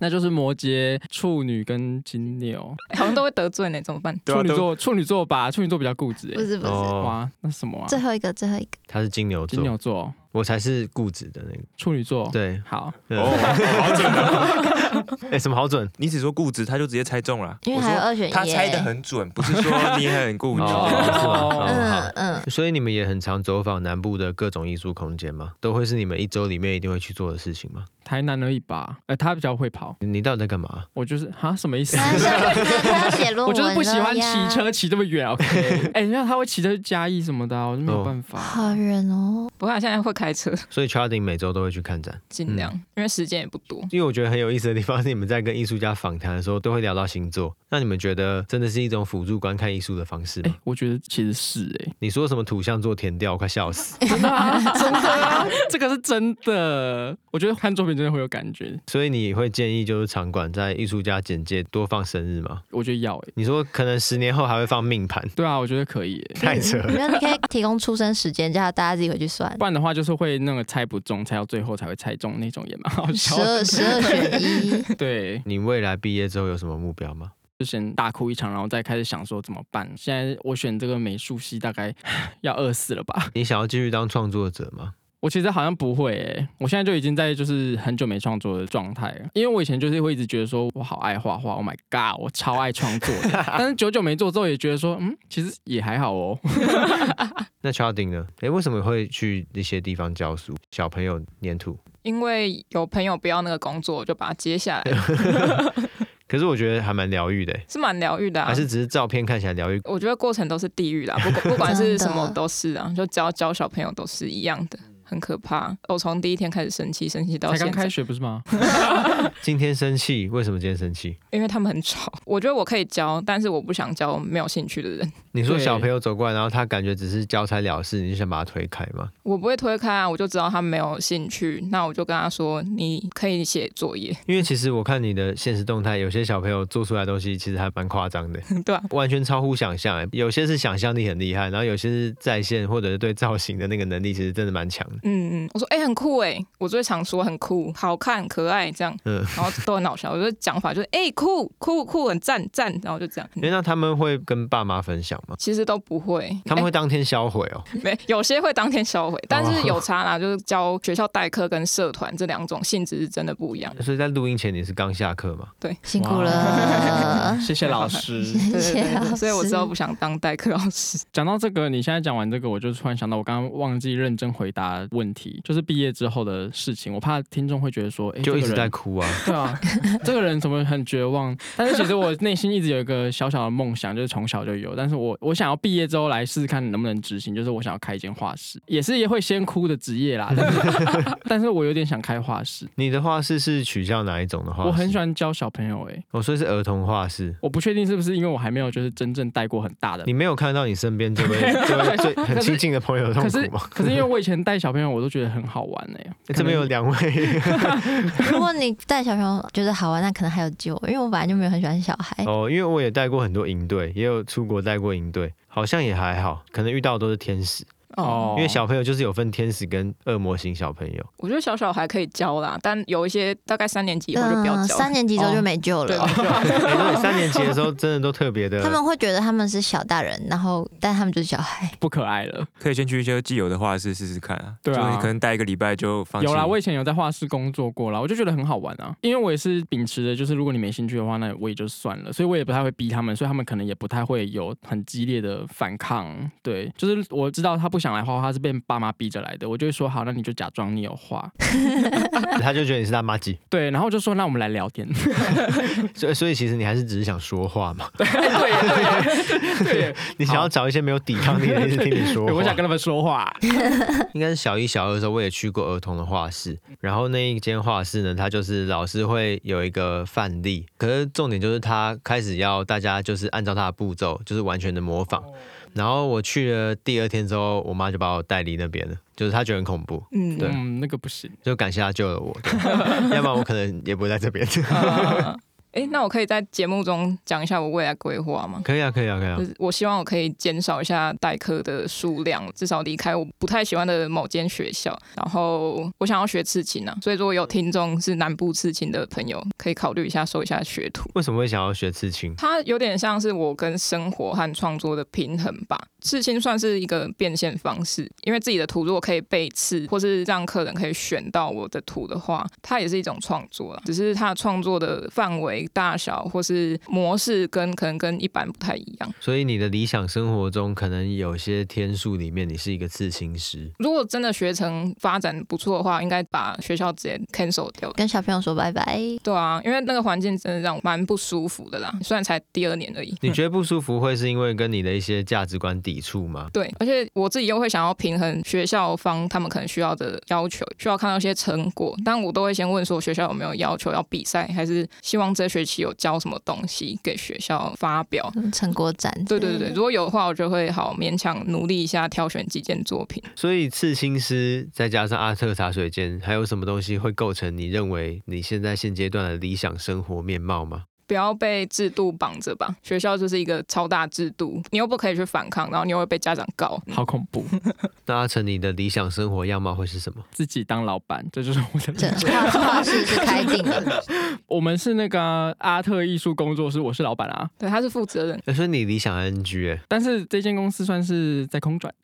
Speaker 2: 那就是摩羯、处女跟金牛。
Speaker 5: 好像都会得罪呢，怎么办？
Speaker 4: 对
Speaker 2: 处
Speaker 4: 啊，
Speaker 2: 女
Speaker 4: 都
Speaker 2: 座，处女座吧，处女座比较固执
Speaker 3: 不
Speaker 2: 哎、
Speaker 3: 是不是，
Speaker 1: 哦，
Speaker 2: 哇，那什么啊
Speaker 3: 最？后一个最后一个，
Speaker 1: 他是金牛
Speaker 2: 金
Speaker 1: 座，
Speaker 2: 牛座、
Speaker 1: 我才是固执的那个。
Speaker 2: 处女座，，
Speaker 1: 对，
Speaker 2: 好，
Speaker 1: 对
Speaker 4: 哦，好准啊！
Speaker 1: 哎，什么好准？
Speaker 4: 你只说固执，他就直接猜中了。
Speaker 3: 因为
Speaker 4: 我
Speaker 3: 还有
Speaker 4: 说
Speaker 3: 二选一。
Speaker 4: 他猜的，很准，不是说你很固执。
Speaker 1: 哦，是吗？哦好
Speaker 3: 嗯 嗯，
Speaker 1: 所以你们也很常走访南部的各种艺术空间吗？都会是你们一周里面一定会去做的事情吗？
Speaker 2: 台南而已吧。哎、他比较会跑，
Speaker 1: 你到底在干嘛？啊
Speaker 2: 我就是哈什么意思？
Speaker 3: 他要他要写 论文，
Speaker 2: 我就是不喜欢骑。车骑这么远，OK？哎、 你看他会骑车去嘉义什么的啊、我就没有办法。
Speaker 3: 好远 哦，
Speaker 5: 不过他现在会开车，
Speaker 1: 所以 Charding 每周都会去看展，
Speaker 5: 尽量，因为时间也不多。
Speaker 1: 因为我觉得很有意思的地方是，你们在跟艺术家访谈的时候都会聊到星座。那你们觉得真的是一种辅助观看艺术的方式
Speaker 2: 哎、
Speaker 1: 吗？
Speaker 2: 我觉得其实是哎、
Speaker 1: 你说什么土象座填掉，我快笑死。
Speaker 2: 真的、啊，真的、啊，这个是真的。我觉得看作品真的会有感觉，
Speaker 1: 所以你会建议就是场馆在艺术家简介多放生日吗？
Speaker 2: 我觉得要哎、
Speaker 1: 你说可能十年后还会放命盘，
Speaker 2: 对啊，我觉得可以、欸。
Speaker 1: 太扯了。
Speaker 3: 没有，你可以提供出生时间，叫大家自己回去算。
Speaker 2: 不然的话，就是会那个猜不中，猜到最后才会猜中那种，也蛮好
Speaker 3: 十
Speaker 2: 笑的。
Speaker 3: 二十二选一，
Speaker 2: 对，
Speaker 1: 你未来毕业之后有什么目标吗？
Speaker 2: 就先大哭一场，然后再开始想说怎么办。现在我选这个美术系，大概 要饿死了吧？
Speaker 1: 你想要继续当创作者吗？
Speaker 2: 我其实好像不会诶、我现在就已经在就是很久没创作的状态了，因为我以前就是会一直觉得说我好爱画画，Oh my god，我超爱创作的。但是久久没做之后，也觉得说，嗯，其实也还好哦。
Speaker 1: 那 Charding 呢？诶，为什么会去一些地方教书？小朋友粘土？
Speaker 5: 因为有朋友不要那个工作，我就把它接下来，
Speaker 1: 可是我觉得还蛮疗愈的、
Speaker 5: 是蛮疗愈的、啊。
Speaker 1: 还是只是照片看起来疗愈？
Speaker 5: 我觉得过程都是地狱啦，不管不管
Speaker 3: 真的
Speaker 5: 是什么都是啊，就教教小朋友都是一样的，很可怕。我从第一天开始生气，生气到
Speaker 2: 才刚
Speaker 5: 现
Speaker 2: 开
Speaker 5: 在，
Speaker 2: 学不是吗？
Speaker 1: 今天生气，为什么今天生气？
Speaker 5: 因为他们很吵。我觉得我可以教，但是我不想教没有兴趣的人。
Speaker 1: 你说
Speaker 2: 对
Speaker 1: 小朋友走过来，然后他感觉只是交差了事，你就想把他推开吗？
Speaker 5: 我不会推开啊，我就知道他没有兴趣，那我就跟他说：“你可以写作业。
Speaker 1: 因为其实我看你的现实动态，有些小朋友做出来的东西其实还蛮夸张的，”
Speaker 5: 对啊，
Speaker 1: 完全超乎想象、诶有些是想象力很厉害，然后有些是在线或者是对造型的那个能力，其实真的蛮强的。
Speaker 5: 嗯嗯，我说：“哎、很酷哎！”我最常说很酷、好看、可爱这样，
Speaker 1: 嗯
Speaker 5: 然后都很好笑。我就讲法就是：“哎、酷酷酷，很赞赞。”然后就这样。
Speaker 1: 诶那他们会跟爸妈分享吗？
Speaker 5: 其实都不会，
Speaker 1: 他们会当天销毁哦。
Speaker 5: 没，有些会当天销毁，但是
Speaker 3: 哦
Speaker 5: 有差啦，就是教学校代课跟社团这两种性质是真的不 一样。
Speaker 1: 所以在录音前你是刚下课嘛？
Speaker 3: 辛苦了，
Speaker 2: 谢谢老 师。
Speaker 3: 谢啊
Speaker 5: 对对
Speaker 3: 谢老
Speaker 5: 对，
Speaker 3: 师。
Speaker 5: 所以我之后不想当代课老师。
Speaker 2: 讲到这个，你现在讲完这个，我就突然想到，我刚刚忘记认真回答问题，就是毕业之后的事情。我怕听众会觉得说，哎、
Speaker 1: 就一直在
Speaker 2: 这个人
Speaker 1: 哭啊。
Speaker 2: 对啊，这个人怎么很绝望？但是其实我内心一直有一个小小的梦想，就是从小就有，但是我我想要毕业之后来试试看能不能执行，就是我想要开一间画室，也是也会先哭的职 业啦。但是但是我有点想开画室，
Speaker 1: 你的画室是取向哪一种的 画室？
Speaker 2: 我很喜欢教小朋友、哎，
Speaker 1: 哦，所以是儿童画室。
Speaker 2: 我不确定是不是因为我还没有就是真正带过很大的
Speaker 1: 你没有看到你身边 这位这位最很亲近的朋友的痛
Speaker 2: 可是
Speaker 1: 苦吗？
Speaker 2: 可是因为我以前带小朋友，我都觉得很好玩哎、欸。
Speaker 1: 这边有两位
Speaker 2: 哎
Speaker 3: 如果你带小朋友觉得好玩，那可能还有救，因为我本来就没有很喜欢小孩。
Speaker 1: 哦，因为我也带过很多营队，也有出国带过营队，好像也还好，可能遇到的都是天使，
Speaker 5: 哦，
Speaker 1: 因为小朋友就是有分天使跟恶魔型小朋友。
Speaker 5: 我觉得小小还可以教啦，但有一些大概三年级以后就不要
Speaker 3: 嗯，
Speaker 5: 教了。哦
Speaker 3: 三年级之后就没救
Speaker 5: 对
Speaker 3: 了。
Speaker 1: 哎对，三年级的时候真的都特别的
Speaker 3: 他。们会觉得他们是小大人，然后但他们就是小孩。
Speaker 2: 不可爱了。
Speaker 4: 可以先去一些既有的画室试试看啊。
Speaker 2: 对啊
Speaker 4: 就是可能待一个礼拜就放弃。
Speaker 2: 有啦，我以前有在画室工作过啦，我就觉得很好玩啊。因为我也是秉持的，就是如果你没兴趣的话，那我也就算了。所以我也不太会逼他们，所以他们可能也不太会有很激烈的反抗。对，就是我知道他不想来画画，他是被爸妈逼着来的，我就会说好，那你就假装你有画，
Speaker 4: 嗯
Speaker 1: 他就觉得你是他妈鸡，
Speaker 2: 对，然后就说那我们来聊天，
Speaker 1: 所以所以其实你还是只是想说话嘛，
Speaker 2: 对 耶对耶
Speaker 1: 你想要找一些没有抵抗力的人听你说
Speaker 2: 对
Speaker 1: 话。
Speaker 2: 我想跟他们说话，
Speaker 1: 应该是小一、小二的时候，我也去过儿童的画室。然后那一间画室呢，它就是老师会有一个范例，可是重点就是他开始要大家就是按照他的步骤，就是完全的模仿。然后我去了第二天之后，我妈就把我带离那边了，就是她觉得很恐怖，
Speaker 5: 嗯，
Speaker 1: 对
Speaker 2: 嗯，那个不行，
Speaker 1: 就感谢她救了我，对 要不然我可能也不会在这边。
Speaker 5: 啊哎、那我可以在节目中讲一下我未来规划吗？
Speaker 1: 可以啊，可以啊，可以啊
Speaker 5: 就。是我希望我可以减少一下代课的数量，至少离开我不太喜欢的某间学校。然后我想要学刺青啊，所以如果有听众是南部刺青的朋友，可以考虑一下收一下学徒。
Speaker 1: 为什么会想要学刺青？
Speaker 5: 它有点像是我跟生活和创作的平衡吧。刺青算是一个变现方式，因为自己的图如果可以被刺，或是让客人可以选到我的图的话，它也是一种创作啦。只是它创作的范围大小或是模式跟可能跟一般不太一样。
Speaker 1: 所以你的理想生活中，可能有些天数里面，你是一个刺青师。
Speaker 5: 如果真的学成发展不错的话，应该把学校直接 cancel 掉。
Speaker 3: 跟小朋友说拜拜。
Speaker 5: 对啊，因为那个环境真的让我蛮不舒服的啦。虽然才第二年而已，
Speaker 1: 你觉得不舒服，会是因为跟你的一些价值观抵触吗？
Speaker 5: 对，而且我自己又会想要平衡学校方他们可能需要的要求，需要看到一些成果，但我都会先问说学校有没有要求要比赛，还是希望这学期有教什么东西给学校发表。
Speaker 3: 嗯成果展之
Speaker 5: 对
Speaker 3: 类的，
Speaker 5: 对对，如果有的话，我就会好勉强努力一下挑选几件作品。
Speaker 1: 所以刺青师再加上阿特茶水间，还有什么东西会构成你认为你现在现阶段的理想生活面貌吗？
Speaker 5: 不要被制度绑着吧，学校就是一个超大制度，你又不可以去反抗，然后你又会被家长告。
Speaker 2: 好恐怖，
Speaker 1: 那阿成，你的理想生活样貌会是什么？
Speaker 2: 自己当老板，这就是我的理
Speaker 3: 这
Speaker 2: 想。
Speaker 3: 画画室是开定的，
Speaker 2: 我们是那个啊阿特艺术工作室，我是老板啊，
Speaker 5: 对，他是负责人，
Speaker 1: 欸、所以你理想 NG 哎、
Speaker 2: 但是这间公司算是在空转，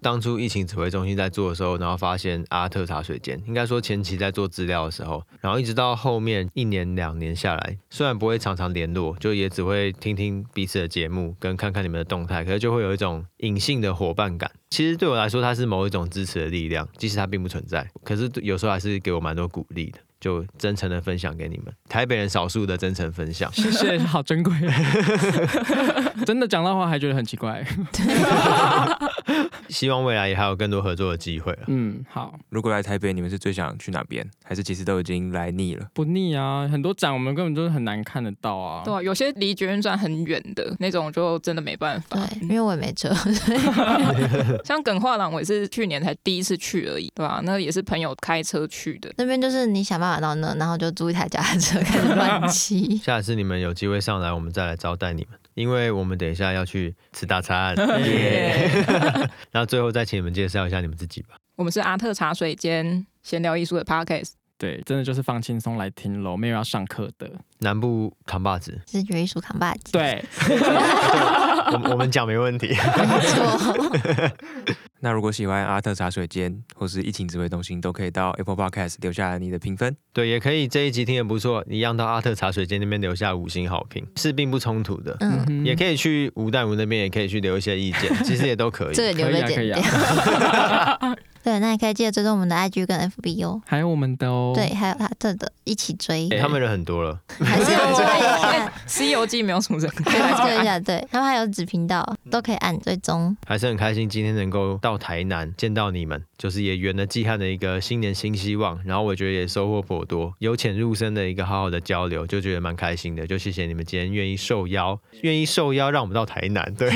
Speaker 1: 当初疫情指挥中心在做的时候，然后发现阿特茶水间，应该说前期在做资料的时候，然后一直到后面一年两年下来，虽然不会常常联络，就也只会听听彼此的节目跟看看你们的动态，可是就会有一种隐性的伙伴感。其实对我来说，它是某一种支持的力量，即使它并不存在，可是有时候还是给我蛮多鼓励的。就真诚的分享给你们，台北人少数的真诚分 享。
Speaker 2: 谢谢，好珍贵。真的讲到话还觉得很奇怪。
Speaker 1: 希望未来也还有更多合作的机会了。。
Speaker 2: 嗯，好，
Speaker 4: 如果来台北，你们是最想去哪边？还是其实都已经来腻了？
Speaker 2: 不腻啊，很多展我们根本就是很难看得到啊。
Speaker 5: 对、啊，有些离捷运站很远的那种，就真的没办法。
Speaker 3: 对，因为我也没车，
Speaker 5: 像耿画廊，我也是去年才第一次去而已，对吧、那也是朋友开车去的。
Speaker 3: 那边就是你想办法到那，然后就租一台脚踏车开始乱 骑
Speaker 1: 下次你们有机会上来，我们再来招待你们，因为我们等一下要去吃大餐。耶！那最后再请你们介绍一下你们自己吧。
Speaker 5: 我们是阿特茶水间闲聊艺术的 podcast，
Speaker 2: 对，真的就是放轻松来听喽，没有要上课的。
Speaker 1: 南部扛把子，
Speaker 3: 视觉艺术扛把子，
Speaker 2: 对，
Speaker 1: 我我们讲没问题。
Speaker 3: 没错，
Speaker 4: 那如果喜欢阿特茶水间或是疫情指挥中心，都可以到 Apple Podcast 留下你的评分。
Speaker 1: 对，也可以这一集听得不错，一样到阿特茶水间那边留下五星好评，是并不冲突的。
Speaker 3: 嗯，
Speaker 2: 嗯
Speaker 1: 也可以去吴淡如那边，也可以去留一些意见，其实也都可以。
Speaker 3: 这个留着
Speaker 2: 可
Speaker 3: 剪
Speaker 2: 以啊
Speaker 3: 掉
Speaker 2: 可以。
Speaker 3: 对，那也可以记得追踪我们的 IG 跟 FB 哦。
Speaker 2: 还有我们的哦。哎
Speaker 3: 对，，还有他这的一起追，
Speaker 1: 他们人很多了，
Speaker 3: 还 是要追一下，
Speaker 5: 《西游记》没有什么人
Speaker 3: 还是追一
Speaker 5: 看，
Speaker 3: 下。对，他们还有子频道，都可以按追踪。
Speaker 1: 还是很开心今天能够到台南见到你们，就是也圆了季汉的一个新年新希望，然后我觉得也收获颇多，由浅入深的一个好好的交流，就觉得蛮开心的，就谢谢你们今天愿意受邀，愿意受邀让我们到台南，对，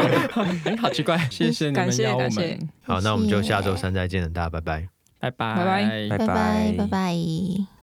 Speaker 2: 哎，好奇怪，谢谢你
Speaker 5: 感
Speaker 2: 们
Speaker 5: 谢
Speaker 2: 邀我
Speaker 5: 感谢
Speaker 2: 们，
Speaker 1: 好，那我们就下周三再见了，大家拜拜。
Speaker 2: 拜拜
Speaker 5: 拜拜
Speaker 4: 拜
Speaker 3: 拜拜拜拜。